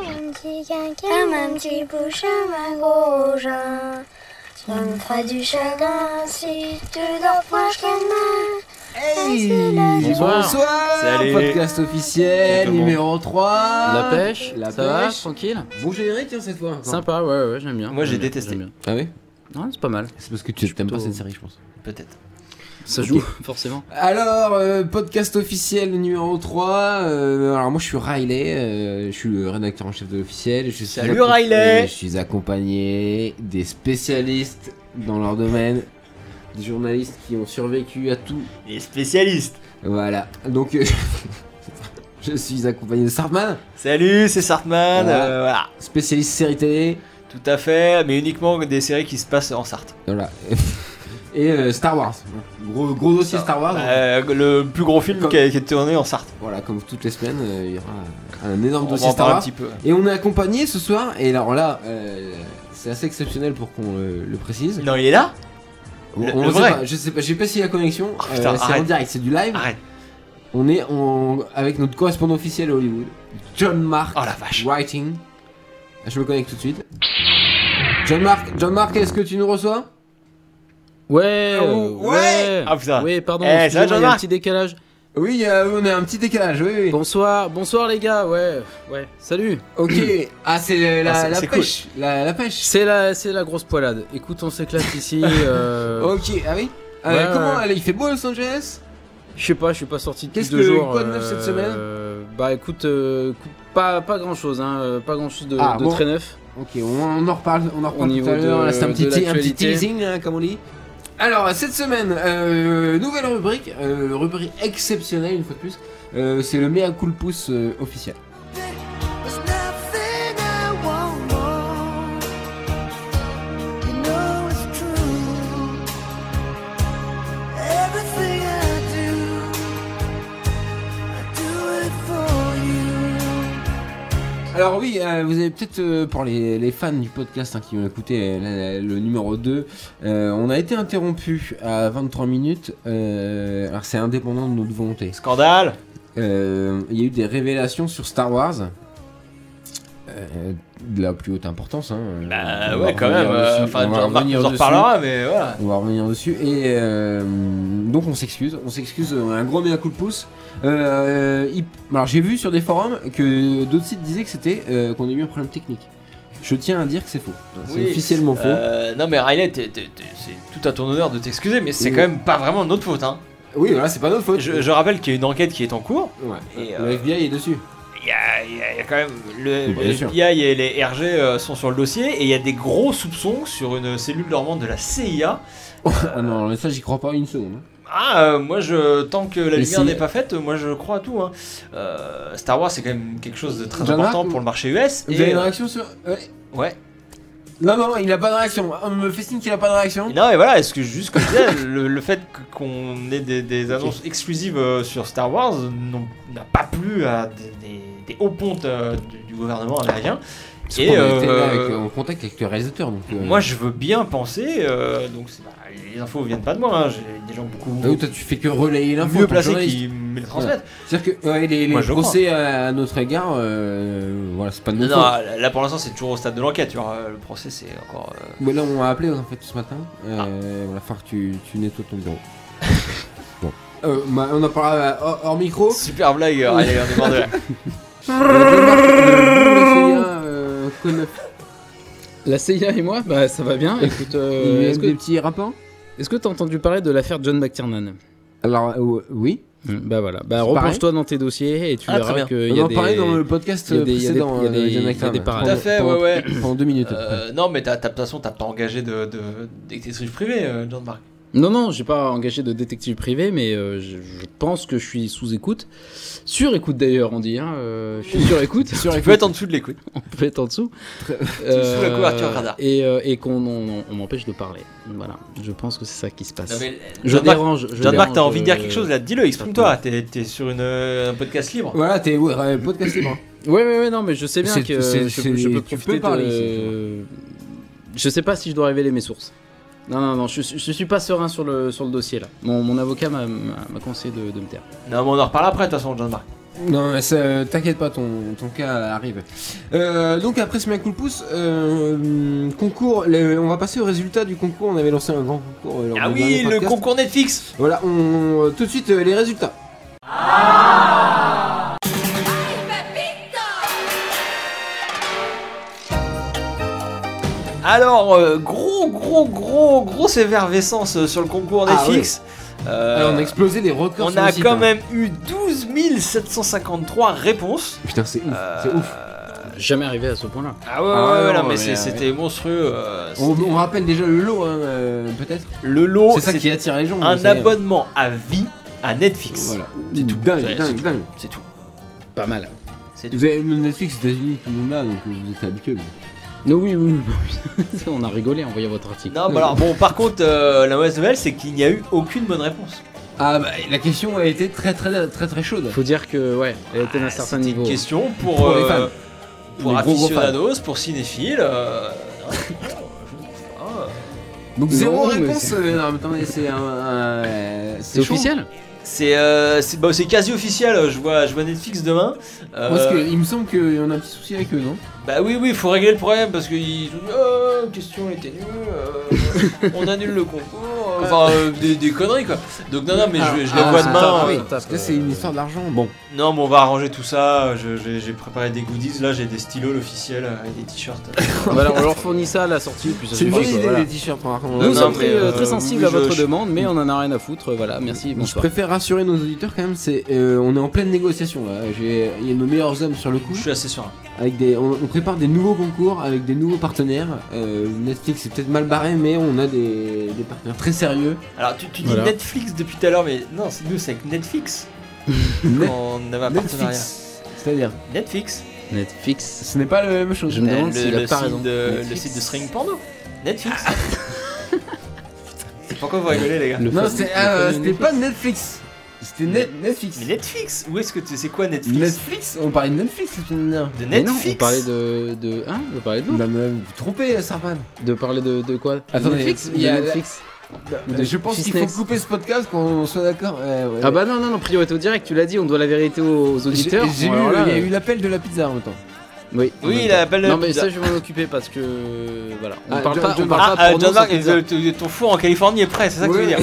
Comme un petit pouchin rouge Tu me feras du chagrin si tu dors proche Bonsoir. Salut. Podcast officiel Exactement. numéro 3 Ah, La pêche, La ça pêche. va, tranquille Bon générique tiens cette fois encore. Sympa, ouais, ouais, j'aime bien. Moi, j'ai J'aime bien, détesté. j'aime bien. Ah oui Non, c'est pas mal. C'est parce que tu t'aimes pas plutôt- cette série je pense. Peut-être. Ça joue, forcément. Alors euh, podcast officiel numéro 3 euh, Alors moi je suis Riley euh, Je suis le rédacteur en chef de l'officiel je suis Salut, Et Riley Je suis accompagné des spécialistes dans leur domaine Des journalistes qui ont survécu à tout Les spécialistes. Voilà Donc euh, je suis accompagné de Sartman Salut, c'est Sartman. Voilà. euh, voilà. Spécialiste série télé Tout à fait, mais uniquement des séries qui se passent en Sarthe. Voilà. Et euh, Star Wars. Gros, gros dossier Star Wars. Euh, le plus gros film qui a, qui a été tourné en Sarthe. Voilà, comme toutes les semaines, euh, il y aura un un énorme On va dossier en Star parler un Wars. petit peu. Et on est accompagné ce soir, et alors là, euh, c'est assez exceptionnel pour qu'on euh, le précise. Non, il est là On- le- on le sait vrai. pas, je sais pas, j'ai pas si la connexion. euh, Oh, putain, c'est en arrête. direct, c'est du live. Arrête. On est en- avec notre correspondant officiel à Hollywood, John Mark Oh la vache. Writing. Ah, Je me connecte tout de suite. John Mark, John Mark, est-ce que tu nous reçois Ouais, euh, Ouais. Ah, putain. Oui, pardon, Eh, ça va, excusez-moi, il y a un Jean-Marc petit décalage. Oui, euh, on a un petit décalage, oui, oui. Bonsoir, bonsoir les gars, ouais, ouais, salut. Ok, ah c'est la, Ah, c'est- la c'est pêche, la, la pêche. C'est la, c'est la grosse poilade. Écoute, on s'éclate ici. euh, Ok, ah oui. Euh, Ouais, comment ouais. elle- il fait beau à Los Angeles Je sais pas, je suis pas sorti depuis Qu'est-ce deux que- jours. quoi de neuf cette semaine euh, Bah écoute, euh, écoute, pas, pas grand chose, hein, euh, pas grand chose de, Ah, de bon. très neuf. Ok, on, on en reparle, on en reparle tout niveau à l'heure. de- là, C'est un de petit, te- un petit l'actualité. teasing, hein, comme on dit. Alors cette semaine, euh, nouvelle rubrique, euh, rubrique exceptionnelle une fois de plus. Euh, c'est le mea culpus euh, officiel. Alors oui, euh, vous avez peut-être euh, pour les, les fans du podcast hein, qui ont écouté euh, la- la- le numéro 2, euh, on a été interrompu à 23 minutes. euh, alors c'est indépendant de notre volonté. Scandale. Euh, il y a eu des révélations sur Star Wars. Euh, de la plus haute importance. Hein. Bah On va ouais, quand revenir même. euh, dessus, Enfin, on va Jean-Marc revenir nous en dessus. reparlera, mais voilà. On va revenir dessus. Et euh, donc on s'excuse. On s'excuse. euh, Un gros mea culpus. Euh, il- Alors j'ai vu sur des forums que d'autres sites disaient que c'était euh, qu'on a eu un problème technique. Je tiens à dire que c'est faux. C'est Oui. officiellement faux. Euh, non, mais Riley, t'es- t'es- t'es- c'est tout à ton honneur de t'excuser, mais Oui. c'est quand même pas vraiment de notre faute. Hein. Oui, voilà, c'est pas notre faute. Je, je rappelle qu'il y a une enquête qui est en cours. Ouais. Et, Le euh, FBI est dessus. Il y a, Ah, il y a- il y a quand même le, Oui, bien le sûr. FBI et les RG euh, sont sur le dossier et il y a des gros soupçons sur une cellule normande de la CIA. euh, Ah non, mais ça j'y crois pas une seconde. Ah, euh, moi je tant que la Et lumière si- n'est pas faite, moi je crois à tout. hein. Euh, Star Wars c'est quand même quelque chose de très Jean-Marc, important pour le marché US. Vous et, avez une euh, réaction sur. Ouais. ouais. Non, non, il a pas de réaction. Ah, On me fait signe qu'il a pas de réaction. Et non et voilà, est-ce que juste comme je disais, le, le fait que- qu'on ait des, des annonces exclusives euh, sur Star Wars n'ont- n'a pas plu à des, des- des hauts pontes euh, du, du gouvernement américain. Parce Et, qu'on a été là euh, avec- en contact avec le réalisateur. Donc, euh, Moi, je veux bien penser. euh, donc, c'est- bah, les infos viennent pas de moi. hein, J'ai des gens beaucoup Ah oui, toi, tu fais que relayer l'info. mieux pour le placés journaliste. qui me les transmettent. C'est-à-dire que ouais, les, les Moi, je procès à, à notre égard, euh, voilà, c'est pas de Non, notre non, faute. là pour l'instant, c'est toujours au stade de l'enquête. tu vois, Euh, Le procès, c'est encore. euh, Mais là, on m'a appelé en fait ce matin. Euh, Ah. Voilà, faut que tu, tu nettoies ton bureau. bon. Euh, bah, on en parlera hors, hors micro. Super blague. euh, allez, on est mort de rire. Euh, Jean-Marc, euh, Connop, La CIA et moi, bah ça va bien. Écoute, euh, il y a est-ce des que petits rapports est-ce que t'as entendu parler de l'affaire John McTiernan Alors, euh, oui. Mm, Bah voilà, bah C'est pareil replonge-toi dans tes dossiers et tu Hmm. Ah, verras très bien. qu'il y On a en des... parlait dans le podcast il y a des- il y a des- précédent. il y a euh, des- Jean il y a Actam, des parallèles. Tout à fait, pendant- ouais, ouais. Pendant deux minutes. Euh, non, mais t'as- t'as- de toute façon, t'as pas engagé de, de, d'exécutif privé, euh, John Mark. Non, non, j'ai pas engagé de détective privé, mais euh, je, je pense que je suis sous écoute. Sur écoute d'ailleurs, on dit. Hein. euh, je suis sur écoute, Sur Tu peux être en dessous de l'écoute. on peut être en dessous. Sous la couverture radar. Et, euh, et qu'on on, on m'empêche de parler. Voilà, je pense que c'est ça qui se passe. Non, mais, euh, Je John Mark, dérange. je John Mark, t'as dérange, envie de dire euh, quelque chose là Dis-le, exprime-toi. T'es t'es sur une, euh, un podcast libre. Voilà, t'es ouais, ouais, podcast libre. Ouais, ouais, ouais, non, mais je sais bien C'est- que c'est- je, c'est- je peux tu profiter peux parler de- ici, tu Je sais pas si je dois révéler mes sources. Non, non, non, je, je suis pas serein sur le, sur le dossier là. Mon, mon avocat m'a- m'a m'a conseillé de, de me taire. Non, mais on en reparle après, de toute façon, John Mark. Non, mais ça- euh, t'inquiète pas, ton, ton cas arrive. Euh, donc après ce mea pouce euh, concours, le- on va passer au résultat du concours. On avait lancé un grand concours. euh, lors Ah du oui, dernier le podcast. concours Netflix Voilà, on, tout de suite euh, les résultats. Alors, euh, gros, gros, gros, grosse évervescence euh, sur le concours Ah Netflix. Euh, Alors, on a explosé les records. on sur a le site, quand hein. même eu 12 753 réponses. Putain, c'est ouf. Euh, C'est ouf. Jamais arrivé à ce point là. Ah ouais, ouais, Ah ouais, ouais, non, non, mais mais, c'est- euh, c'était monstrueux. euh, On, c'était- on rappelle déjà le lot, hein, euh, peut-être. le lot, C'est ça qui c'était attire les gens. Oh, un ça y est. abonnement à vie à Netflix. Voilà. C'est tout. Dingue, C'est- dingue, c'est- dingue. C'est tout. Pas mal. C'est tout. Vous avez même Netflix, États-Unis, tout le monde là, donc euh, vous êtes habitués. mais- Non, oui, oui, oui. Ça, on a rigolé en voyant votre article. Non, bah alors, bon, par contre, euh, la mauvaise nouvelle, c'est qu'il n'y a eu aucune bonne réponse. Ah, bah, la question a été très, très, très, très chaude. Faut dire que, ouais, elle était d'un Ah, certain c'était niveau. une question pour, Oh. Pour les euh, fans. pour Les gros, gros aficionados, pour cinéphiles. euh, ah, Donc Non, zéro mais réponse. c'est- euh, non, mais attendez, c'est un. un- C'est chaud. officiel c'est euh, c'est- bah, c'est quasi officiel, je vois, je vois Netflix demain. Euh, Parce que il me semble qu'on a un petit souci avec eux, non Bah oui, oui, faut régler le problème parce qu'ils ont dit Oh, question était nulle, euh, on annule le concours, euh, enfin euh, des, des conneries quoi. Donc non, non, mais je, je les Ah, vois c'est demain. ça, ah oui, euh, parce que là, c'est une histoire d'argent. Bon. Non, mais on va arranger tout ça. je- J'ai j'ai préparé des goodies, là j'ai des stylos officiels euh, et des t-shirts. Voilà, on leur fournit ça à la sortie, puis ça C'est une suffit, bonne quoi, idée voilà. des t-shirts, hein. par contre. Nous Non, sommes mais, très, euh, très sensibles oui, à je- votre je- demande, mais on en a rien à foutre. Voilà, merci. Je Bonsoir. préfère rassurer nos auditeurs quand même, c'est euh, on est en pleine négociation là. J'ai- Il y a nos meilleurs hommes sur le coup. Je suis assez serein. Avec des, on, on prépare des nouveaux concours avec des nouveaux partenaires. Euh, Netflix est peut-être mal barré, mais on a des, des partenaires très sérieux. Alors tu, tu dis Voilà. Netflix depuis tout à l'heure, mais non, c'est nous, c'est avec Netflix Net- qu'on avait un partenariat. Netflix, c'est-à-dire, Netflix, Netflix. ce n'est pas la même chose. Je me euh, demande le, s'il a le pas site raison. de- le Netflix. site de streaming porno. Ah. Netflix. C'est pourquoi vous rigolez les gars Le Non, fa- c'est- le ah, euh, fameux c'était Netflix. pas Netflix. C'était Net- Netflix. Mais Netflix Où est-ce que tu c'est quoi Netflix Netflix, on parlait de Netflix cette semaine dernière. De Mais non, Netflix on parlait de. de hein On parlait de l'autre. Non, mais vous vous trompez, euh, Sarpan. Euh, De parler de, de quoi Attendez, Ah, Netflix il y a- De Netflix. Euh, Je pense qu'il faut Netflix. couper ce podcast, qu'on soit d'accord. Ouais, ouais. Ah bah non, non, non, priorité au direct, tu l'as dit, on doit la vérité aux, aux J'ai- auditeurs. j'ai eu- Bon, alors là, Il y euh. a eu l'appel de la pizza en même temps. Oui, en Oui, même il temps. a appelé la Non, mais pizza. ça, je vais m'en occuper parce que. Voilà. On Ah, parle John- pas. on John parle Ah, pas euh, pronos John Mark, sans pizza. euh, t- ton four en Californie est prêt, c'est ça que tu veux Ouais. dire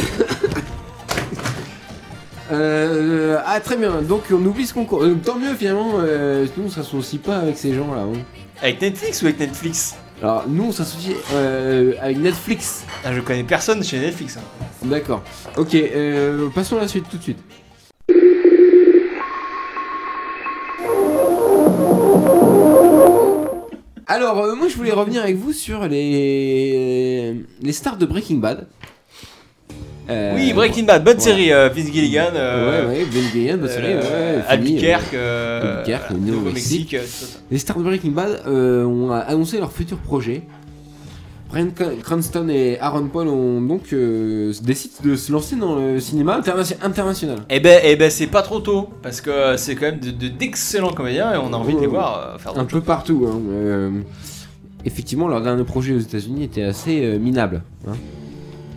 Euh, ah très bien, donc on oublie ce concours. Euh, tant mieux finalement, euh, nous on s'associe pas avec ces gens là. Avec Netflix ou avec Netflix Alors nous on s'associe euh, avec Netflix. ah, Je connais personne chez Netflix. hein. D'accord. Ok, euh, passons à la suite tout de suite. Alors euh, moi je voulais revenir avec vous sur les euh, les stars de Breaking Bad. Euh, Oui, Breaking Bad, bonne ouais. série, euh, Vince Gilligan. euh, Ouais ouais, Ben Gillian, bonne euh, série, ouais, ouais, à fini, ouais. Albuquerque, euh, Albuquerque, voilà, au Nouveau-Mexique. Nouveau-Mexique. euh, tout ça. Les stars de Breaking Bad euh, ont annoncé leur futur projet. Brian Cran- Cranston et Aaron Paul ont donc euh, décident de se lancer dans le cinéma interna- international. Eh ben, eh ben c'est pas trop tôt, parce que euh, c'est quand même de- de- d'excellents comédiens et on a envie de les Ouais. voir euh, faire Oh. Un d'autres peu partout. hein, euh, effectivement, leur dernier projet aux États-Unis était assez euh, minable. hein. choses.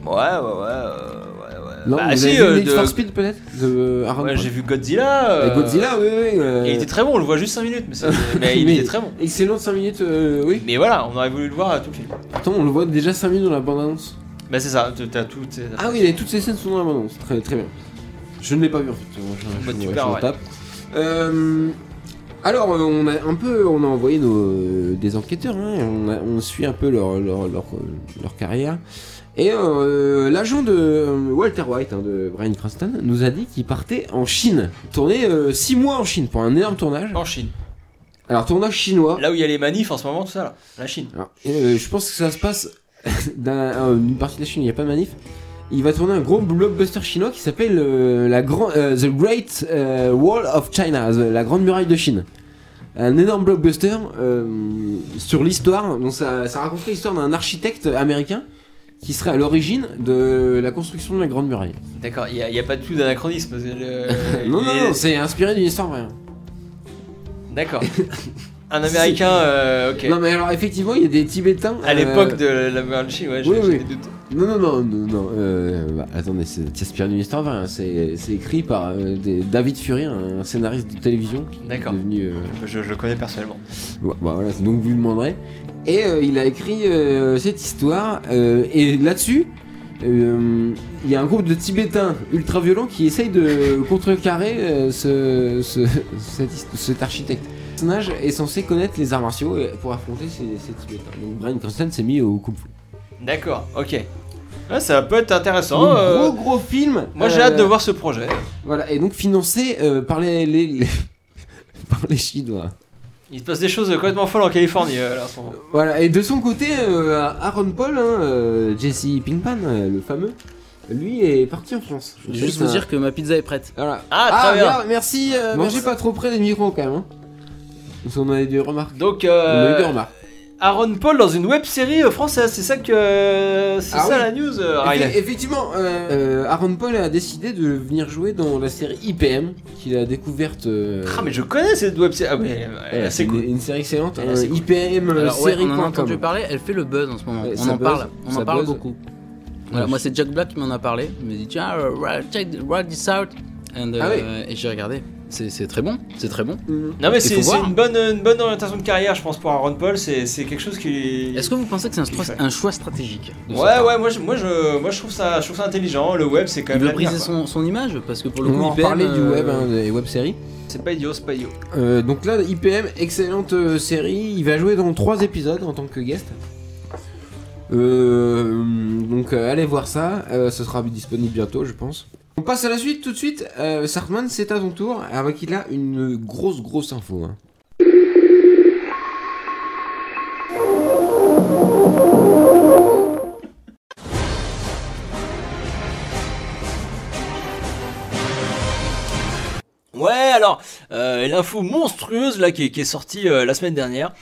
Ouais, ouais, ouais. euh, ouais, ouais. Non, Bah, vous si, avez vu euh, Need de- for Speed peut-être de euh, Aaron ouais, Paul. j'ai vu Godzilla. euh, Et Godzilla, oui, oui. euh, Et il était très bon, on le voit juste 5 minutes, mais, ça, mais il Mais- était très bon. Excellent 5 minutes, euh, oui. Mais voilà, on aurait voulu le voir à tout le film. Attends, on le voit déjà 5 minutes dans la bande-annonce. Bah c'est ça, t'as tout. t'as- Ah oui, les- toutes ces scènes sont dans la bande Très, très bien. Je ne l'ai pas vu en fait. Je- Je, Bah, je- tu je perds, me ouais. tape. Euh, alors, euh, on a un peu, on a envoyé nos, des enquêteurs. hein, et on, a- on suit un peu leur, leur, leur, leur carrière. Et euh, l'agent de euh, Walter White, hein, de Brian Cranston, nous a dit qu'il partait en Chine. Tourner 6 mois en Chine pour un énorme tournage. En Chine. Alors, tournage chinois. Là où il y a les manifs en ce moment, tout ça là. La Chine. Alors, euh, je pense que ça se passe dans euh, une partie de la Chine, il n'y a pas de manif. Il va tourner un gros blockbuster chinois qui s'appelle euh, la grand, euh, The Great euh, Wall of China, the- la Grande Muraille de Chine. Un énorme blockbuster euh, sur l'histoire. Donc ça, ça raconterait l'histoire d'un architecte américain qui serait à l'origine de la construction de la Grande Muraille. D'accord, il n'y a, pas de tout d'anachronisme. parce que le- Non, non, il est- non, c'est inspiré d'une histoire vraie. D'accord. Un américain, euh, ok. Non, mais alors effectivement, il y a des Tibétains. À euh, l'époque de la Muraille de Chine, ouais, j'ai oui, j'ai oui. des doutes. Non, non, non, non, non. euh, bah, attendez, c'est- ça se pire d'une histoire vraie. hein. C'est c'est écrit par euh, des- David Fury, un scénariste de télévision. qui est D'accord. Devenu. euh, Je, je le connais personnellement. Ouais, bah voilà, donc vous lui demanderez. Et euh, il a écrit euh, cette histoire. euh, et là-dessus, euh, il y a un groupe de Tibétains ultra-violents qui essayent de contrecarrer euh, ce, ce- cet, his- cet architecte. Le personnage est censé connaître les arts martiaux euh, pour affronter ces, ces Tibétains. Donc Brian Cranston s'est mis au Kung Fu. D'accord, ok. Ah, ça peut être intéressant. Donc, euh, gros gros film. Moi j'ai euh, hâte de voir ce projet. Voilà, et donc financé euh, par les, les- les- par les Chinois. Il se passe des choses complètement folles en Californie euh, là, en ce moment. Voilà, et de son côté, euh, Aaron Paul, hein, euh, Jesse Pinkman, euh, le fameux, lui est parti en France. Je voulais juste vous dire que ma pizza est prête. Voilà. Ah, très bien. merde, merci. euh, Bon, mangez ça- pas trop près des micros quand même. Hein. Parce qu'on a eu des remarques. Donc, On euh, a eu des remarques. Aaron Paul dans une web série euh, française, c'est ça que. C'est Ah ça oui. la news, euh, Riley. Effe- effectivement, euh, euh, Aaron Paul a décidé de venir jouer dans la série IPM qu'il a découverte. euh, Ah, mais je connais cette web série. Ah, mais euh, euh, c'est une, cool. une série excellente. Elle est euh, assez cool. IPM euh, Alors, ouais, on en a série.com. entendu parler, elle fait le buzz en ce moment. Ouais, on ça en buzz, parle, on ça en parle buzz. beaucoup. Voilà, moi c'est Jack Black qui m'en a parlé. Il m'a dit tiens, euh, right, check th- write this out. And, euh, Ah Et j'ai regardé. C'est c'est très bon, c'est très bon. Mhm. Non, mais Il c'est faut c'est voir. une bonne, une bonne orientation de carrière, je pense, pour Aaron Paul. C'est c'est quelque chose qui. Est-ce que vous pensez que c'est un, choix- fait. un choix stratégique de sa Ouais, part ouais, moi je, moi, je, moi, je trouve ça, je trouve ça intelligent. Le web, c'est quand Il même. veut l'avenir, briser quoi. son, son image parce que pour le On coup, va en IPM, parler du euh, web, hein, des web séries. C'est pas idiot, c'est pas idiot. Euh, donc là, IPM, excellente euh, série. Il va jouer dans trois épisodes en tant que guest. Euh, donc euh, allez voir ça. Euh, ce sera disponible bientôt, je pense. On passe à la suite tout de suite. Euh, Sartman, c'est à ton tour. Avec il a une grosse, grosse info. hein. Ouais, alors, euh, l'info monstrueuse là, qui, qui est sortie euh, la semaine dernière,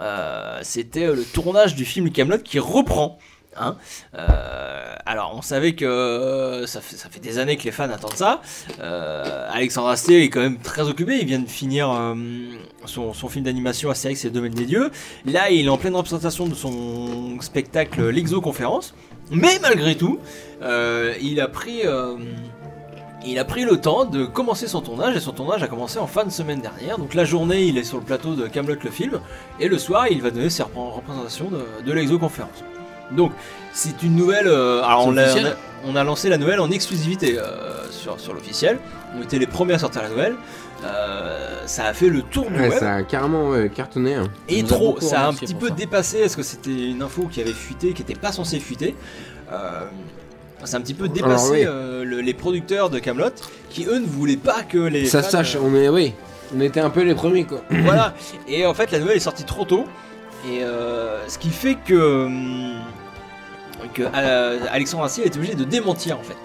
euh, c'était euh, le tournage du film Camelot qui reprend. hein. Euh, alors, on savait que euh, ça, fait, ça fait des années que les fans attendent ça. Euh, Alexandre Astier est quand même très occupé. Il vient de finir euh, son, son film d'animation Astérix et le Domaine des Dieux. Là, il est en pleine représentation de son spectacle euh, L'Exoconférence. Mais malgré tout, euh, il a pris. euh, il a pris le temps de commencer son tournage et son tournage a commencé en fin de semaine dernière. Donc la journée, il est sur le plateau de Camelot le film et le soir, il va donner ses repr- représentations de, de l'exoconférence. Donc c'est une nouvelle. euh, alors C'est on l'a- on a, officiel on a lancé la nouvelle en exclusivité euh, sur, sur l'officiel. On était les premiers à sortir la nouvelle. Euh, ça a fait le tour du Ouais, web Ça a carrément euh, cartonné. hein. et nous a trop. beaucoup Ça a un remercié petit pour peu ça. dépassé parce que c'était une info qui avait fuité, qui n'était pas censée fuiter. Euh, ça a un petit peu dépassé oui. euh, le- les producteurs de Camelot qui eux ne voulaient pas que les Ça fans, se sache. euh, On est, oui, on était un peu les premiers quoi. voilà. Et en fait, la nouvelle est sortie trop tôt. Et euh, ce qui fait que, hum, que euh, Alexandre Astier est obligé de démentir en fait.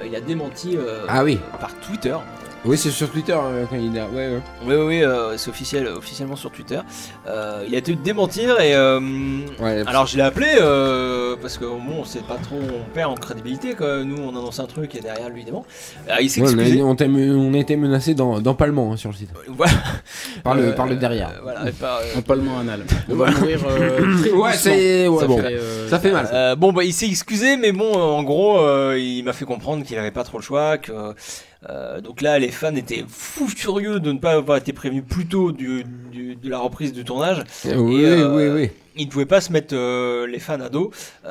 Euh, il a démenti euh, Ah oui, par Twitter. oui, c'est sur Twitter euh, quand il a. Ouais, ouais. Oui, oui, oui, euh, c'est officiel, officiellement sur Twitter. Euh, il a été démentir et euh, Ouais, Alors je l'ai appelé euh, parce que bon, on sait pas trop, on perd en crédibilité quand nous on annonce un truc et derrière lui dément. Ah, il s'est ouais, on, excusé. a, on t'a- on a été menacé dans, dans Palman hein, sur le site. Voilà. Par le, Euh, par le derrière. euh, voilà, et par, euh, Un palmement anal. On va mourir euh, ouais, très doucement. c'est. Ouais, Ça bon. fait, euh, Ça fait mal. euh, bon bah il s'est excusé, mais bon euh, en gros euh, il m'a fait comprendre qu'il avait pas trop le choix, que euh, donc là les fans étaient fous furieux de ne pas avoir été prévenus plus tôt du- du- de la reprise du tournage. Oui, oui, euh, oui. Ils ne pouvaient pas se mettre euh, les fans à dos,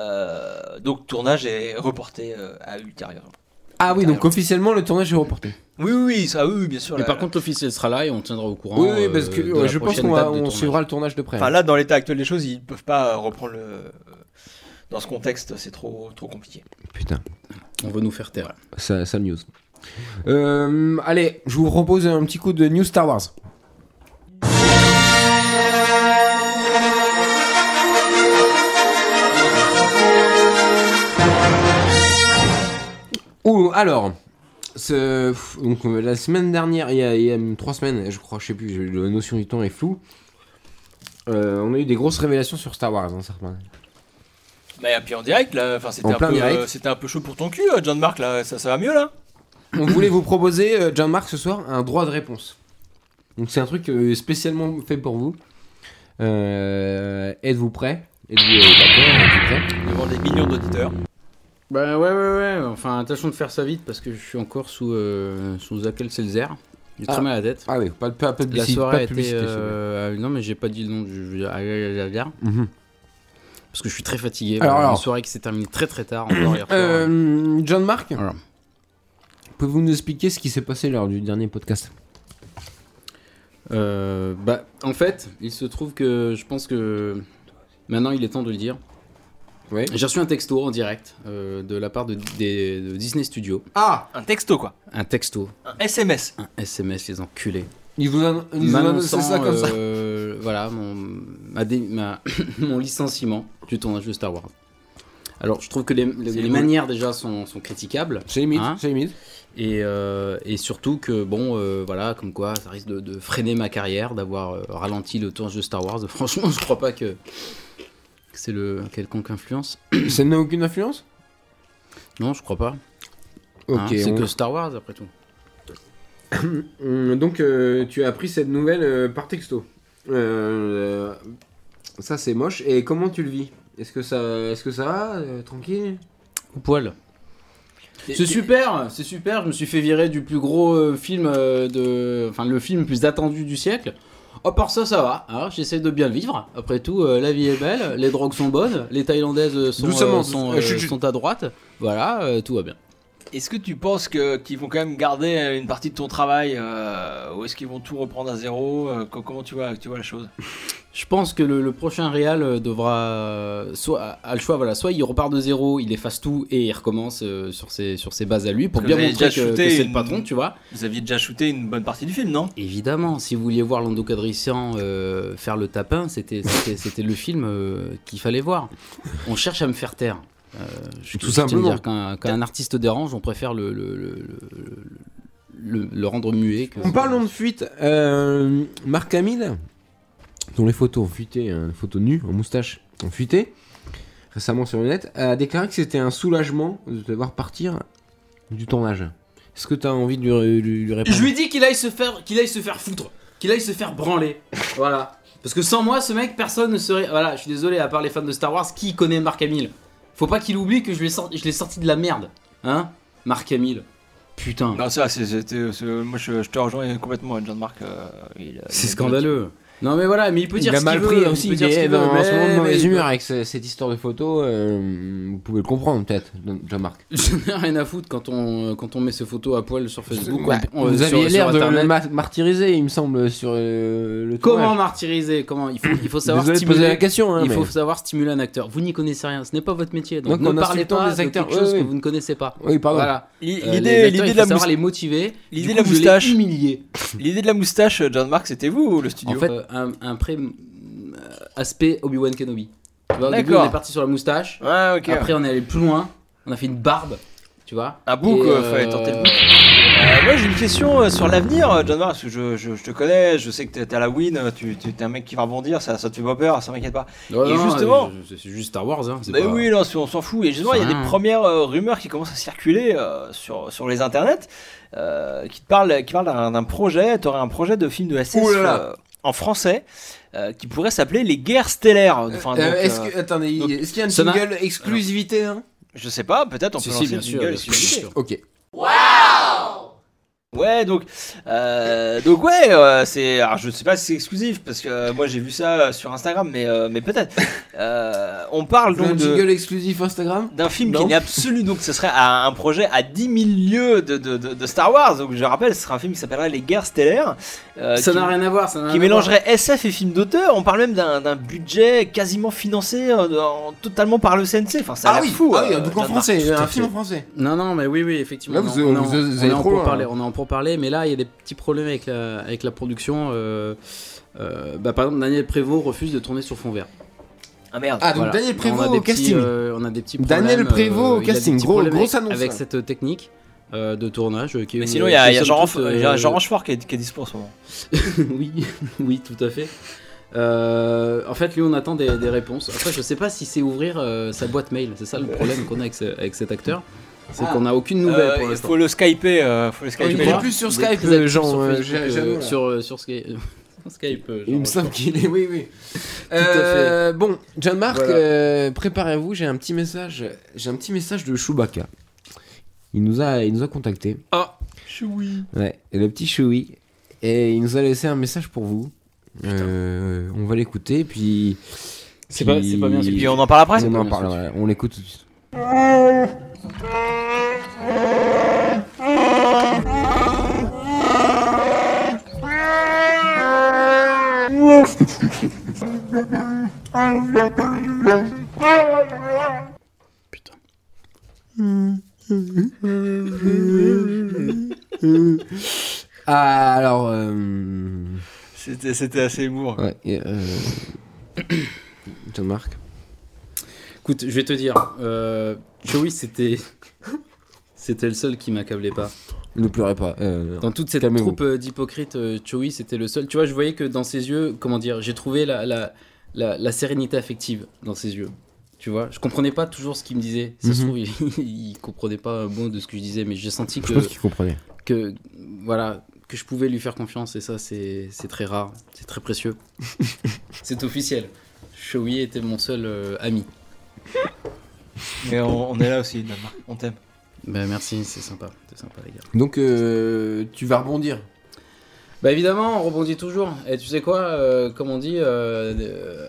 euh, donc tournage est reporté euh, à ultérieur. Ah oui, donc Intérieur. officiellement le tournage est reporté. Oui oui oui, ça oui oui, bien sûr. Mais la- par contre, l'officiel sera là et on tiendra au courant. oui, oui, parce euh, que de ouais, la je pense prochaine qu'on va- date de on tournage. suivra le tournage de près. Enfin là, dans l'état actuel des choses, ils peuvent pas euh, reprendre le. Dans ce contexte, c'est trop trop compliqué. Putain, On veut nous faire taire. ça, ça news. Euh, allez, je vous propose un petit coup de New Star Wars. Ou alors, ce- pff, donc, euh, la semaine dernière, il y, a, il y a, hum, trois semaines, je crois, je sais plus, j'ai- la notion du temps est floue. Euh, on a eu des grosses révélations sur Star Wars, hein, Sartman. Mais puis en direct, là, enfin, c'était En un plein peu, direct. euh, c'était un peu chaud pour ton cul, euh, John Mark, là, ça, ça va mieux là. On voulait vous proposer, euh, Jean-Marc, ce soir, un droit de réponse. Donc c'est un truc euh, spécialement fait pour vous. Euh, Êtes-vous prêt Et du euh, d'accord, et tout ça. devant des millions d'auditeurs. Bah ouais, ouais, ouais. Enfin, tâchons de faire ça vite parce que je suis encore sous, euh, sous Zakel Selzer. J'ai Ah. très mal à la tête. Ah oui, pas, pas, pas de La publicité, pas soirée a de été. publicité, s'il vous plaît. euh, Non, mais j'ai pas dit le nom du. ah, là, là, là, là, Mhm. Parce que je suis très fatigué. Alors, Alors, Une alors. soirée qui s'est terminée très très tard encore hier soir. Euh, John Mark, Voilà. pouvez-vous nous expliquer ce qui s'est passé lors du dernier podcast Euh, bah, en fait, il se trouve que je pense que maintenant il est temps de le dire. Oui. J'ai reçu un texto en direct euh, de la part de, des- de Disney Studios. Ah Un texto quoi. Un texto, Un SMS. un SMS, les enculés. Ils vous an- ils vous annonçaient M'annonçant, ça comme ça. euh, voilà, mon, ma dé- ma- mon licenciement du tournage de Star Wars. Alors, je trouve que les, les- les cool. manières déjà sont, sont critiquables. C'est limite, Hein c'est limite. Et, euh, et surtout que, bon, euh, voilà, comme quoi, ça risque de, de freiner ma carrière, d'avoir euh, ralenti le tournage de Star Wars. Franchement, je crois pas que, que c'est le quelconque influence. ça n'a aucune influence Non, je crois pas. Ok. hein. c'est on- que Star Wars, après tout. Hum, Donc, euh, tu as appris cette nouvelle euh, par texto. Euh, euh, ça, c'est moche. Et comment tu le vis Est-ce que ça, est-ce que ça va euh, Tranquille Au poil. C'est super, c'est super. Je me suis fait virer du plus gros euh, film euh, de, enfin le film le plus attendu du siècle. À part ça, ça va. hein, J'essaie de bien le vivre. Après tout, euh, la vie est belle, les drogues sont bonnes, les Thaïlandaises euh, sont, Doucement, euh, sont, doucement. euh, Chut, chut. sont à droite. Voilà, euh, tout va bien. Est-ce que tu penses que qu'ils vont quand même garder euh, une partie de ton travail euh, ou est-ce qu'ils vont tout reprendre à zéro euh, co- Comment tu vois tu vois la chose Je pense que le, le prochain Real euh, devra euh, soit a le choix voilà soit il repart de zéro, il efface tout et il recommence euh, sur ses sur ses bases à lui pour Parce que bien vous avez montrer déjà que, que shooté c'est le une- patron, tu vois. Vous aviez déjà shooté une bonne partie du film, non Évidemment, si vous vouliez voir Lando Calrissian euh, faire le tapin, c'était c'était- c'était le film euh, qu'il fallait voir. On cherche à me faire taire. Euh, je Tout je tiens à simplement. dire Quand, quand un artiste dérange, on préfère le, le, le, le- le- le rendre muet. Que En parlant de fuite, euh, Marc Hamill, dont les photos ont fuité, hein, les photos nues, en moustache, ont fuité récemment sur le net, a déclaré que c'était un soulagement de te voir partir du tournage. Est-ce que tu as envie de lui, lui- lui répondre Je lui dis qu'il aille se faire, qu'il aille se faire foutre, qu'il aille se faire branler. voilà. Parce que sans moi, ce mec, personne ne serait. Voilà, je suis désolé, à part les fans de Star Wars, qui connaît Marc Hamill Faut pas qu'il oublie que je l'ai sorti, je l'ai sorti de la merde, hein Marc Hamill. Putain. Non, Ben, ça, c'est- c'était. c'est- Moi, je, je te rejoins complètement, John Marc. euh, il- il- C'est scandaleux. Non mais voilà, mais il peut Il dire a ce mal qu'il pris veut, aussi, il peut il dire ce est qu'il dans veut, en ce moment mais- de mauvaise mais- humeur avec ce- cette histoire de photos. euh, vous pouvez le comprendre peut-être, Jean-Marc. J'en ai rien à foutre quand on quand on met ses photos à poil sur Facebook. Ouais, on- on- vous sur- aviez sur l'air de le Internet. ma- martyriser, il me semble, sur euh, le Comment tournage. martyriser Comment il faut il faut savoir Désolé de poser stimuler. la question. hein, il mais- faut savoir stimuler un acteur. Vous n'y connaissez rien, ce n'est pas votre métier. Donc, Donc, en ne parlez insultant pas les des acteurs, acteurs, de quelque chose oui, oui. que vous ne connaissez pas. Oui, pardon. Voilà. Li- Euh, les Ah L'idée acteurs, l'idée il de faut la savoir moustache. les motiver. l'idée Du de la coup, je l'ai moustache. humilié. L'idée de la moustache, euh, John Mark, c'était vous ou le studio En fait, euh, un, un pré euh, aspect Obi-Wan Kenobi. Tu vois, au début, D'accord. on est parti sur la moustache. Ouais, ok. Après, on est allé plus loin. On a fait une barbe. Tu vois Un bouc, Et, euh, fallait tenter le bouc. Euh, moi, j'ai une question euh, sur l'avenir, euh, John Mark, parce que je, je- je te connais, je sais que t'es t'es à la win, euh, tu tu- t'es un mec qui va rebondir, ça, ça te fait pas peur, ça m'inquiète pas. Ouais, Et non, justement- euh, c'est c'est juste Star Wars. Hein, c'est Mais pas- Bah oui, non, c'est- on s'en fout. Et justement, il y a Enfin. des premières euh, rumeurs qui commencent à circuler euh, sur, sur les internets euh, qui te parlent, qui parlent d'un d'un projet. Tu aurais un projet de film de SS Ouh là là. euh, en français euh, qui pourrait s'appeler Les Guerres Stellaires. Enfin, donc, Euh, est-ce euh, que, attendez, donc, est-ce qu'il y a une ça n'a- single exclusivité hein Je sais pas, peut-être on Si, peut si, lancer bien le sûr, jingle, bien sûr, bien excusez-moi. sûr. Ok. Ouais, donc, euh, donc ouais, euh, c'est, alors je sais pas si c'est exclusif parce que euh, moi j'ai vu ça euh, sur Instagram, mais, euh, mais peut-être. Euh, on parle donc Un de, jingle exclusif Instagram d'un film Non. qui n'est absolu, donc ce serait à- un projet à 10 000 lieues de, de, de- de Star Wars. Donc je rappelle, ce sera un film qui s'appellerait Les Guerres Stellaires, euh, Ça qui, n'a rien à voir. Ça n'a rien qui à voir. mélangerait SF et film d'auteur. On parle même d'un d'un budget quasiment financé euh, en- totalement par le CNC. Enfin, ça a l'air fou. ah oui, euh, un truc en John français, Mark, tout à un fait. film en français. Non, non, mais oui, oui, effectivement. Là, vous- on, est en- vous- vous on allez est en trop loin, hein. pourparlers, là. on est en pourparlers, mais là, il y a des petits problèmes avec la, avec la production. euh, euh, bah, par exemple, Daniel Prévost refuse de tourner sur fond vert. Ah merde. Ah, donc Voilà. Daniel on a Prévost des au petits, casting. euh, on a des petits problèmes. Daniel Prévost au euh, il a des casting, petits gros- problèmes grosse avec- annonce, Avec ça. cette euh, technique euh, de tournage. euh, qui est Mais une- sinon, il y a, qui il y a somme Jean toute, Ranf- il y a euh, Jean Rochefort qui est, qui est dispo en ce moment. oui, oui, tout à fait. Euh, en fait, lui, on attend des, des réponses. Après, je sais pas si c'est ouvrir euh, sa boîte mail. C'est ça le problème qu'on a avec, ce- avec cet acteur. C'est Ah. qu'on n'a aucune nouvelle pour Euh, il l'instant. faut le skyper. euh, faut Il le skyper. est Jean. plus sur Des Skype, très actifs Jean. sur euh, Facebook, j'ai- euh, j'avoue, là. sur, euh, sur Skype. Skype. euh, Il me Jean-Roch. semble qu'il est. Oui, oui. à fait. Euh, bon, Jeanne-Marc, Voilà. euh, préparez-vous. J'ai un petit message. J'ai un petit message de Chewbacca. Il nous a, il nous a contacté. Ah, Chewie. Ouais, et le petit Chewie. Et il nous a laissé un message pour vous. Euh, on va l'écouter, puis. C'est pas- c'est pas bien, c'est Et puis on en parle après on pas en bien parle. foutu. ouais, on l'écoute tout de suite. Ah, alors. euh, C'était c'était assez émouvant. ouais, et, euh, Jean-Marc. Écoute, je vais te dire, euh, Joey, c'était. C'était le seul qui m'accablait pas. Ne pleurez pas. euh, Dans toute cette Calmez-vous. troupe euh, d'hypocrites, euh, Joey, c'était le seul. Tu vois, je voyais que dans ses yeux, comment dire, j'ai trouvé la, la, la, la sérénité affective dans ses yeux. Tu vois, je comprenais pas toujours ce qu'il me disait. Ça se Mhm. trouve, il, il comprenait pas un mot de ce que je disais, mais j'ai senti je que, pense qu'il comprenait. que, voilà, que je pouvais lui faire confiance, et ça, c'est c'est très rare, c'est très précieux. c'est officiel. Joey était mon seul euh, ami. Mais on, on est là aussi, Jeanne-Marc. On t'aime. Ben merci, c'est sympa, c'est sympa les gars. Donc, euh, tu vas rebondir. Bah évidemment, on rebondit toujours. Et tu sais quoi, euh, comme on dit, euh, euh,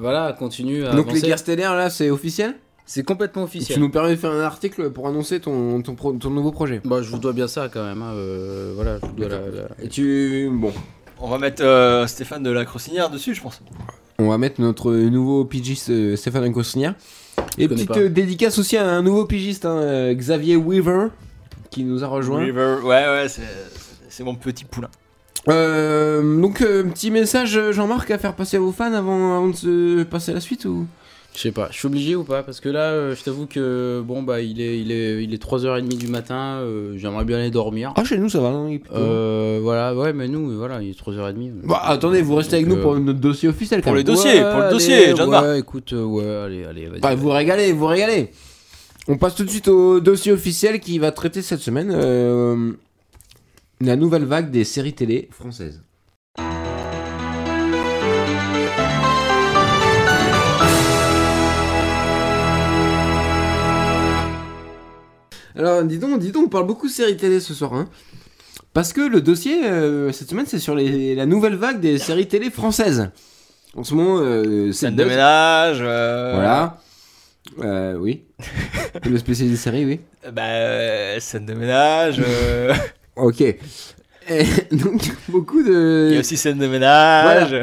voilà, continue à Donc, les avancer. guerres stellaires, là, c'est officiel C'est complètement Tu officiel. nous permets de faire un article pour annoncer ton, ton, pro- ton nouveau projet. Bah je vous dois bien ça quand même. hein, euh, voilà, je vous dois la, la- Et tu. Bon. On va mettre euh, Stéphane de la Crocinière dessus, je pense. On va mettre notre nouveau pigiste euh, Stéphane Inconsignat. Et connais petite pas. euh, dédicace aussi à un nouveau pigiste, hein, euh, Xavier Weaver, qui nous a rejoint. River. Ouais, ouais, c'est- c'est mon petit poulain. Euh, donc, euh, petit message, euh, Jean-Marc, à faire passer à vos fans avant, avant de se passer à la suite ou Je sais pas, je suis obligé ou pas Parce que là, euh, je t'avoue que bon bah il est il est il est 3h30 du matin, euh, j'aimerais bien aller dormir. Ah, chez nous, ça va. hein, il- Euh, voilà, ouais, mais nous voilà, il est 3h30. Bah, attendez, vous restez avec Donc, nous euh, pour notre dossier officiel quand Pour les même. deux. dossier, pour le dossier, Jeanne d'Arc. Ouais, écoute, euh, ouais, allez, allez, vas-y. Bah, vous régalez, vous régalez. On passe tout de suite au dossier officiel qui va traiter cette semaine euh, la nouvelle vague des séries télé françaises. Alors, dis donc, dis donc, on parle beaucoup de séries télé ce soir, hein. Parce que le dossier, euh, cette semaine, c'est sur les- la nouvelle vague des séries télé françaises. En ce moment, euh, c'est Scène le de buzz. ménage. euh, Voilà. Euh, oui. le spécialiste série, oui. Bah, euh, scène de ménage. euh, Ok. Et donc, beaucoup Il y a de. aussi scène de ménage.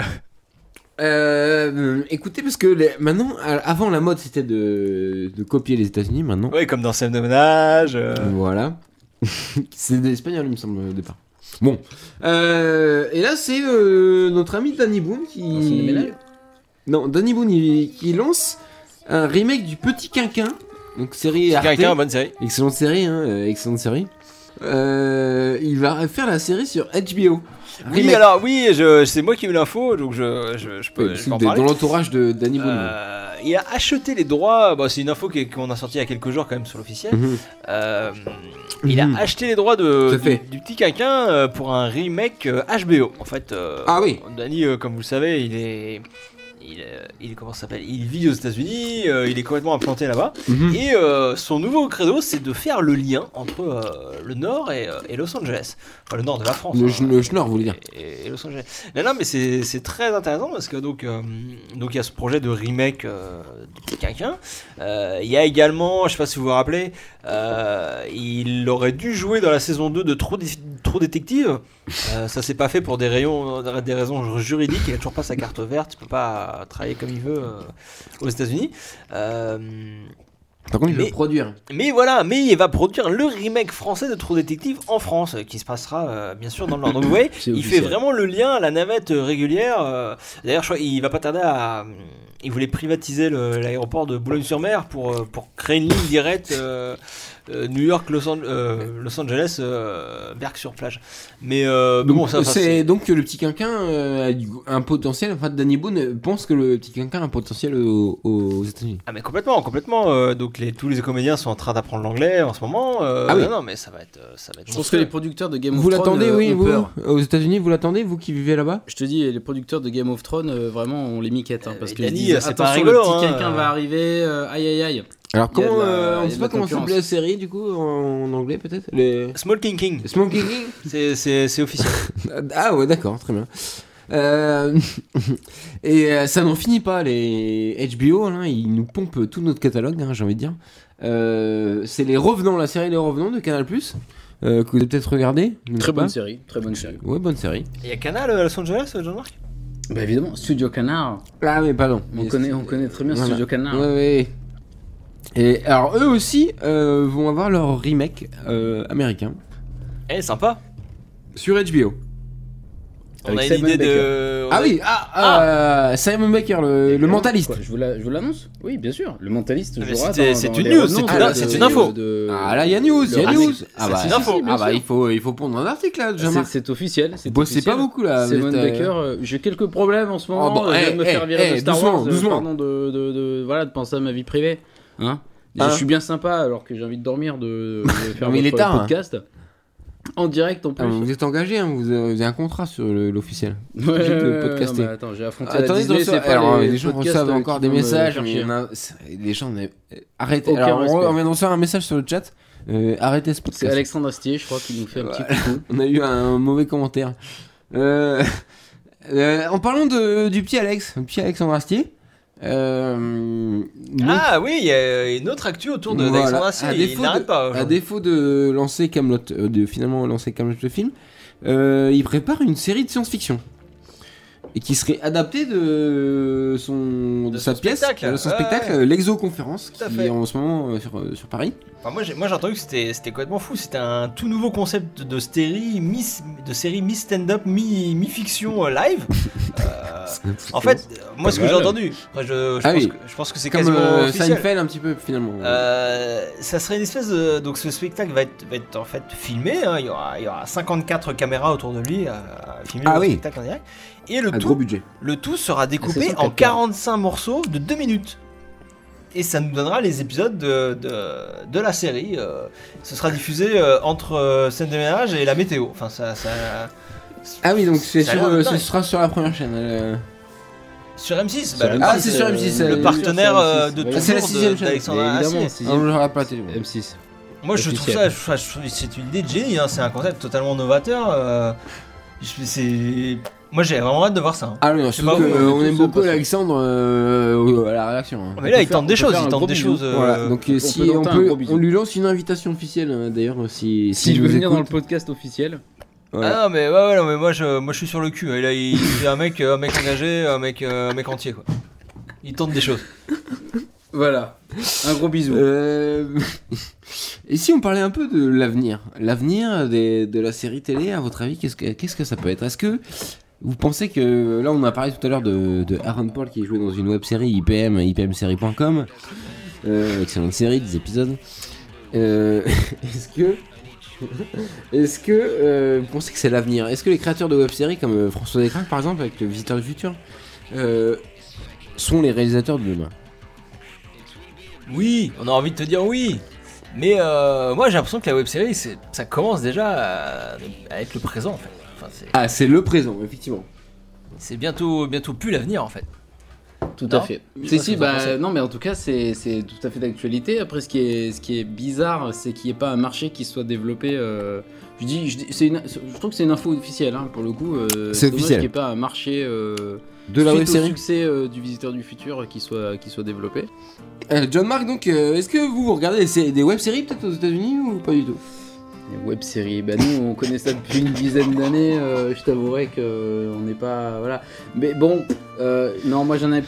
Euh, écoutez, parce que les- maintenant, à- avant la mode c'était de, de copier les États-Unis, maintenant. Ouais, comme dans scène de ménage. euh, Voilà. c'est des Espagnols, il me semble, au départ. Bon. Euh, et là, c'est euh, notre ami Danny Boone Non, c'est des qui. ménages. Non, Danny Boone, il, qui lance un remake du Petit Quinquin. Donc, série Arte. Quelqu'un, bonne série. Excellente série, hein, euh, excellente série. Euh, il va faire la série sur HBO. Ah Oui, Remake. Euh, alors, oui, je- c'est moi qui ai eu l'info, donc je, je, je Oui, peux, parce je que peux en des- parler. dans l'entourage de Danny Boone. Euh, il a acheté les droits, bah, c'est une info qui- qu'on a sortie il y a quelques jours quand même sur l'officiel. Mhm. Euh, il a Mhm. acheté les droits de, Tout à fait. du, du petit quinquin euh, pour un remake euh, HBO. En fait, euh, Ah oui. Danny, euh, comme vous le savez, il est. Il, euh, il est- comment ça s'appelle Il vit aux États-Unis, euh, il est complètement implanté là-bas. Mhm. Et euh, son nouveau credo, c'est de faire le lien entre euh, le Nord et, euh, et Los Angeles. Enfin, le Nord de la France. Le, hein. ch- le schnorr, vous voulez dire. Et, et Los Angeles. Non, non, mais c'est c'est très intéressant parce que donc euh, donc il y a ce projet de remake euh, de quelqu'un. Euh, Il y a également, je sais pas si vous vous rappelez, euh, il aurait dû jouer dans la saison 2 de Trop, Dé- Trop Détective. Euh, ça s'est pas fait pour des, rayons, euh, des raisons juridiques. Il a toujours pas sa carte verte. Il peut pas travailler comme il veut euh, aux États-Unis. Euh, Par contre, il Mais- veut produire. mais voilà, mais il va produire le remake français de True Détective en France, euh, qui se passera euh, bien sûr dans le Nord. Donc vous voyez, C'est il fait officiel. vraiment le lien à la navette euh, régulière. euh, D'ailleurs, je crois- il va pas tarder à, ils voulaient privatiser le- l'aéroport de Boulogne-sur-Mer pour, euh, pour créer une ligne directe euh, euh, New York, Los, An- euh, Los Angeles, euh, Berck-sur-Plage. Mais euh, mais Donc, bon, ça, euh, ça, c'est donc que le petit quinquin euh, a du- un potentiel. Enfin, Danny Boone pense que le petit quinquin a un potentiel au- aux États-Unis. Ah mais complètement, complètement. euh, donc les, tous les comédiens sont en train d'apprendre l'anglais en ce moment. euh, Ah oui. Non, non, mais ça va être, euh, ça va être. Je pense que monstrueux. les producteurs de Game of Vous Thrones l'attendez, euh, oui, ont vous peur. Aux États-Unis, vous l'attendez, vous qui vivez là-bas Je te dis, les producteurs de Game of Thrones, euh, vraiment, on les miquette. hein, Euh, parce mais qu'ils Dany, disent, euh, c'est pas attention, rigolo, le petit hein, quelqu'un euh. va arriver, euh, aïe aïe aïe. Alors, Il y a de comment. la- euh, il y on a sait de pas la comment s'appelait la concurrence. série, du coup, en, en anglais, peut-être Les. Small King King, Smoking King c'est c'est- c'est officiel. Ah ouais, d'accord, très bien. Euh, et euh, ça n'en finit pas, les HBO, là, hein, ils nous pompent tout notre catalogue, hein, j'ai envie de dire. Euh, c'est les Revenants, la série Les Revenants de Canal Plus, que vous avez peut-être regardé. je ne sais Très bonne pas. série, très bonne série. Ouais, bonne série. Il y a Canal euh, à Los Angeles, euh, Jean-Marc Bah évidemment, Studio Canard, Ah, mais pardon. on Mais connaît, c'est- on connaît très bien Voilà. Studio Canard. Ouais, ouais. Et alors, eux aussi euh, vont avoir leur remake euh, américain Eh, sympa. sur HBO. On Avec a une Simon idée Baker. de. Ah oui, ah, euh, Simon Baker, le, le mentaliste. Quoi, je vous la- je vous l'annonce Oui, bien sûr, le mentaliste Ah, Mais jouera c'était- dans- c'est dans une les news, revenants c'est une- de- c'est une de- info. de- Ah là, il y a news, il y a Ah, news. c'est- Ah c'est- bah, si, info. si, si, bien Ah bah sûr. il faut, il faut pondre un article là, C'est- Jean-Marc. C'est officiel. c'est Bossez officiel. pas beaucoup, là, vous Simon êtes, euh, Baker, euh, j'ai quelques problèmes en ce moment. euh, Oh, bon, je viens de eh, me faire eh, virer de eh, Star doucement, Wars. euh, doucement. Pardon de, de, de- voilà, de penser à ma vie privée. Hein Déjà, Hein je suis bien sympa alors que j'ai envie de dormir, de, de faire mais il votre est tard, hein. podcast. En direct en Ah, plus. vous êtes engagé, hein, vous, avez, vous avez un contrat sur le- l'officiel. Ouais, ouais, obligé de ouais, podcaster. non, mais attends, j'ai affronté la Ah, Attendez, Disney, attention, c'est pas alors, les, les, gens podcasts, reçoivent euh, encore qui des vont me messages. faire mais il y chier. en a- c'est- les gens, mais, euh, arrêtez. Aucun alors, on, respect. on vient de recevoir un message sur le chat. euh, arrêtez ce C'est podcast. Alexandre Astier, je crois, qui nous fait un petit Voilà. coucou. On a eu un mauvais commentaire. Euh, euh, en parlant de, du petit Alex, le petit Alexandre Astier. euh, donc, Ah oui, il y a une autre actu autour de Voilà. d'Alexandre Astier, À Il défaut n'arrête de- pas. à aujourd'hui. défaut de lancer Camelot, euh, de finalement lancer Camelot le film, euh, il prépare une série de science-fiction et qui serait adaptée de son de, De sa son pièce, spectacle. de son Ouais, spectacle, ouais. l'exoconférence, Tout à qui fait. est en ce moment euh, sur, euh, sur Paris. Enfin, moi, j'ai- moi j'ai entendu que c'était c'était complètement fou. C'était un tout nouveau concept de série mi de série mi stand-up, mi mi fiction live. Euh, en fait, euh, moi ce que Pas j'ai mal. entendu, après, je, je Ah pense oui. que, je pense que c'est c'est comme quasiment euh, officiel. Seinfeld un petit peu finalement. Euh, ça serait une espèce de. Donc ce spectacle va être, va être en fait filmé. hein. Il, y aura, il y aura 54 caméras autour de lui à, à filmer Ah le oui. spectacle en direct. Et le à tout, gros budget. le tout Ah, sera c'est découpé sur en quatre caméras. 45 morceaux de 2 minutes. Et ça nous donnera les épisodes de, de, de la série. euh. ce sera diffusé euh, entre euh, scène de ménage et la météo. Enfin, ça. ça... Ah oui, donc c'est Ça a sur, l'air euh, dingue. ce sera sur la première chaîne. euh. Sur M6, Sur bah, le, Ah, par- c'est sur euh, M6, euh, le oui, partenaire euh, de Oui, Ah, toujours c'est la sixième de- chaîne. d'Alexandre Mais évidemment, Astier. c'est- Ah, on ne l'aura pas la télé. M6. Moi, je trouve ça, Officiel. je trouve- je trouve- c'est une idée de génie. hein. C'est un concept totalement novateur. euh, je- c'est- moi, j'ai vraiment hâte de voir ça. hein. Ah oui, non, C'est surtout pas que, vous, euh, on on est aime tous beaucoup sympas. Alexandre euh, à la rédaction. hein. Mais là, peut il faire- tente des on peut choses. faire Il un tente gros des bisou. choses. euh, Voilà, donc euh, on si peut on tenter un peut, gros bisou. on lui lance une invitation officielle euh, d'ailleurs si Si je nous veux venir dans le écoute. podcast officiel, Voilà. Ah non mais ouais, ouais, non, mais moi je moi je suis sur le cul. hein. Et là il il y a un mec euh, un mec engagé un mec euh, un mec entier quoi. Il tente des choses. voilà. Un gros bisou. Euh, Et si on parlait un peu de l'avenir, l'avenir des- de la série télé, à votre avis, qu'est-ce que qu'est-ce que ça peut être Est-ce que vous pensez que là, on a parlé tout à l'heure de, de Aaron Paul qui est joué dans une web série IPM, IPMsérie.com, euh, excellente série, 10 épisodes. Euh, Est-ce que est-ce que euh, vous pensez que c'est l'avenir Est-ce que les créateurs de web séries comme euh, François Descraques par exemple avec le Visiteur du futur euh, sont les réalisateurs de demain Oui, on a envie de te dire oui. Mais euh, moi j'ai l'impression que la web série c'est ça commence déjà à, à être le présent en fait. Enfin, c'est- Ah, c'est le présent, effectivement. c'est bientôt bientôt plus l'avenir en fait. Tout Non à fait. Je Si, sais pas ce si, que vous en bah, pensez. non, mais en tout cas, c'est c'est tout à fait d'actualité. Après, ce qui est, ce qui est bizarre, c'est qu'il n'y ait pas un marché qui soit développé. euh, je, dis, je, dis- c'est une, je trouve que c'est une info officielle, hein, pour le coup. euh, C'est dommage officiel. qu'il n'y ait pas un marché euh, De la suite web au série. succès euh, du Visiteur du Futur euh, qui soit, qui soit développé. Euh, John Mark, donc, euh, est-ce que vous, vous regardez des, sé- des web séries peut-être aux États-Unis ou pas du tout Les web-séries, bah nous on connaît ça depuis une dizaine d'années, euh, je t'avouerai que euh, on n'est pas... Voilà. Mais bon, euh, non moi j'en ai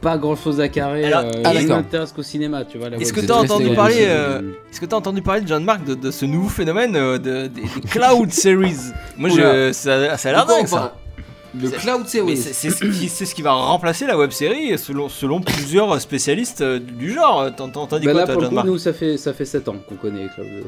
pas grand chose à carrer, Alors, euh, ah, je d'accord. m'intéresse qu'au cinéma, tu vois. la Est-ce web que série. t'as resté entendu là, parler c'est- euh, Est-ce que t'as entendu parler de John Mark de, de ce nouveau phénomène euh, de, des, des cloud series Moi je, Oula. ça, ça a l'air De quoi on dingue ça. parle de C'est- Cloud Mais Series. c'est c'est ce, qui- c'est ce qui va remplacer la web série selon, selon plusieurs spécialistes euh, du genre. T'en- t'en- T'as dit Bah quoi, là, toi, pour le John coup, Mark nous, ça fait, ça fait 7 ans qu'on connaît Cloud. euh,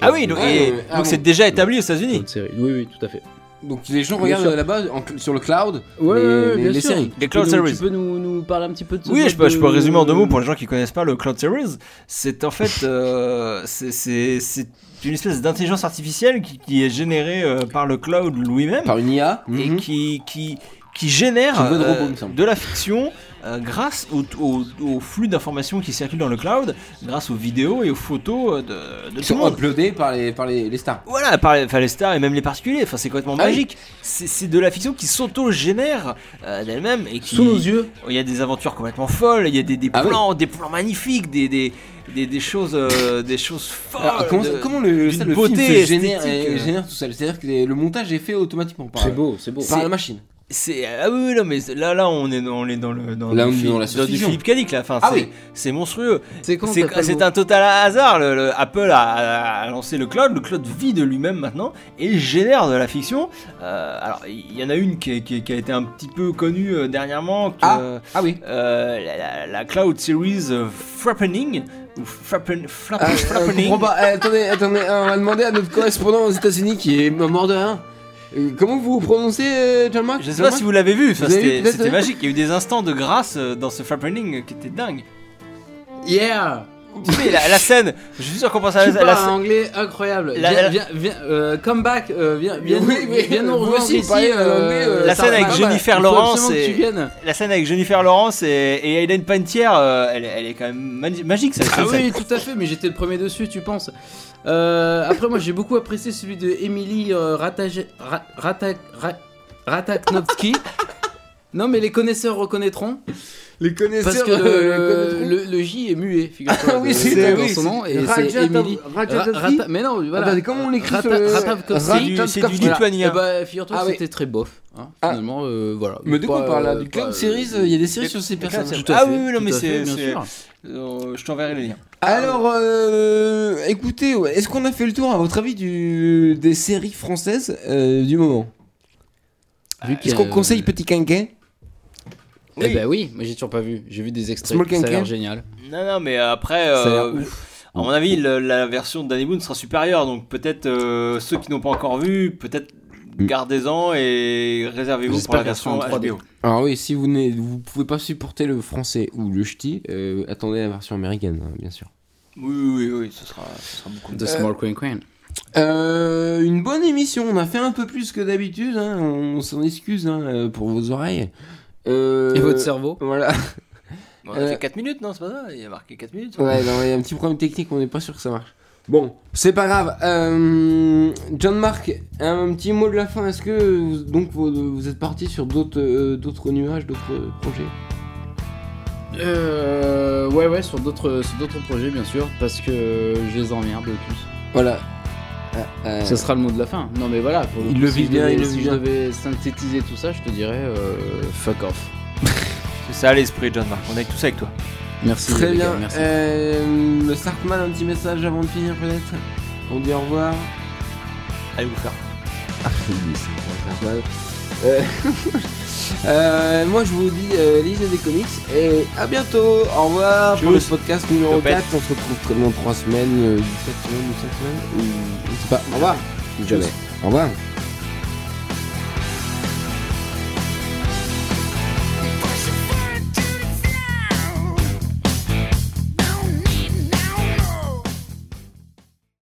Ah oui, donc Ah, ouais, et- ouais. Ah donc bon. c'est déjà établi aux États-Unis. Cloud Series. Oui, oui, tout à fait. Donc les gens Bien regardent sûr. là-bas en- sur le cloud Ouais, les, ouais, ouais, les- bien les sûr. séries. Les Cloud Tu peux nous- Series. Tu peux nous, nous parler un petit peu de ce Oui, mode je peux, je peux de- résumer en deux mots pour les gens qui connaissent pas le Cloud Series. C'est en fait euh, c'est- c'est c'est une espèce d'intelligence artificielle qui, qui est générée euh, par le cloud lui-même par une IA. et Mhm. qui, qui, qui génère Qui veut de euh, robots, il me semble. de la fiction euh, grâce au, au, au flux d'informations qui circulent dans le cloud, grâce aux vidéos et aux photos euh, de, de Qui tout le sont monde. uploadés par les par les, les stars. Voilà, par les, enfin, les stars et même les particuliers, enfin, c'est complètement Ah oui. magique. C'est- C'est de la fiction qui s'auto-génère euh, d'elle-même et qui. Sous nos yeux. Il y a des aventures complètement folles, il y a des, des Ah oui. plans, des plans magnifiques, des, des, des, des choses, euh, des choses folles. Alors, comment, de- comment le, d'une ça, le film beauté se génère, esthétique, et- euh. génère tout seul C'est-à-dire que les- le montage est fait automatiquement par, C'est beau, c'est beau. par C'est- la machine. C'est ah oui oui, non mais c'est- là là on est dans- on est dans le dans, Là, du on est Philippe- dans la du science-fiction. Philippe Cadic là enfin Ah c'est oui. c'est monstrueux C'est quand c'est t'as pas le c'est mot un total hasard le, le- Apple a, a- a lancé le cloud le cloud vit de lui-même maintenant et génère de la fiction Euh, alors il y, en a une qui, est- qui est- qui a été un petit peu connue euh, dernièrement que, Ah oui. euh, la, la- la cloud series euh, Frappening ou Frappen, Frapp- Ah, euh, Frappening. comprends pas. Eh, attendez, attendez, euh, on va demander à notre correspondant aux États-Unis qui est mort de rien. Euh, comment vous prononcez euh, John Mark je sais pas si vous l'avez vu, enfin, Vous avez vu c'était peut-être, c'était ouais. magique. Il y a eu des instants de grâce euh, dans ce Frappening euh, qui était dingue. Yeah Tu sais, la, la scène, je suis sûr qu'on pense à Tu la, parles la hein. un scène. anglais incroyable. La- viens, la- viens, viens, euh, come back, euh, viens, viens, Oui, nous- oui, viens nous vous rejoindre aussi, ici. vous parlez, euh, euh, anglais, euh, La ça scène va avec pas mal. Jennifer Il faut Lawrence absolument que et- tu viennes. La scène avec Jennifer Lawrence et, et Hayden Pantière, euh, elle, elle est quand même mani- magique cette Ah cette scène. oui, tout à fait, mais j'étais le premier dessus, tu penses. Euh, après, moi, j'ai beaucoup apprécié celui de Emily euh, Rataj- Ra- Rata- Ra- Rataknovsky. Non, mais les connaisseurs reconnaîtront. Les connaisseurs. Parce que euh, le, le- le- le J est muet, figure-toi. Ah oui, de- c'est- dans oui, son c'est- nom, et c'est Rajatov- Emily. Rajatovsky Ra- Rata- mais non, voilà. Attendez, comment on l'écrit Rata- sur le- Ratavkovsky. C'est du, c'est du Voilà. lituanien. Eh bah, figure-toi Ah que oui. c'était très bof. hein, Ah. Finalement, euh, voilà. Mais de quoi Pas, on parle là euh, Du Cloud pas, Series, euh, euh, il y a des séries les- sur ces les Cloud personnages. Series. tout à Ah fait, oui, oui, non, tout mais à c'est- fait, bien c'est- sûr. Euh, je t'enverrai les liens. Alors, euh, écoutez, ouais, est-ce qu'on a fait le tour, à votre avis, du, des séries françaises euh, du moment Ah, Vu qu'il y Est-ce a- qu'on conseille Petit Quinquin Eh ben oui, moi j'ai toujours pas vu. J'ai vu des extraits. Small ça a Kenken. l'air génial. Non, non, mais après, Ça a l'air euh, à mon avis, le- la version de Danny Boone sera supérieure. Donc peut-être euh, ceux qui n'ont pas encore vu, peut-être gardez-en et réservez-vous pour J'espère la qu'elle sera version en 3D. HBO. Alors oui, si vous ne vous pouvez pas supporter le français ou le ch'ti, euh, attendez la version américaine, hein, bien sûr. Oui, oui, oui, oui, ce sera, ce sera beaucoup The mieux. Small Queen Queen. Euh, une bonne émission, on a fait un peu plus que d'habitude, hein, on s'en excuse hein, euh, pour vos oreilles. Euh, Et votre cerveau Voilà. Bon, on a Euh, fait 4 minutes, non, c'est pas ça Il y a marqué 4 minutes. Ouais, non, il y a un petit problème technique, on n'est pas sûr que ça marche. Bon, c'est pas grave. Euh, John Mark, un petit mot de la fin. Est-ce que vous, donc vous, vous êtes parti sur d'autres euh, d'autres nuages, d'autres euh, projets Euh, ouais, ouais, sur d'autres, sur d'autres projets, bien sûr, parce que je les emmerde tous. Voilà. Euh, euh, Ce sera le mot de la fin. Non, mais voilà. pour Il coup, le si vit je bien, devais- il le si vit je bien. devais synthétiser tout ça, je te dirais euh, fuck off. C'est ça l'esprit, John Mark. On est tous avec toi. Merci. Très les bien. gars, merci. Euh, le Starkman, un petit message avant de finir peut-être. On dit au revoir. Allez vous faire. Euh, euh, moi je vous dis euh, lisez des comics et à bientôt. Au revoir pour le Tchuss. podcast numéro Topette. 4. On se retrouve très euh, dans 3 semaines, 7 semaines ou 5 semaines. Ou, je sais pas. Au revoir. Jamais. Au revoir.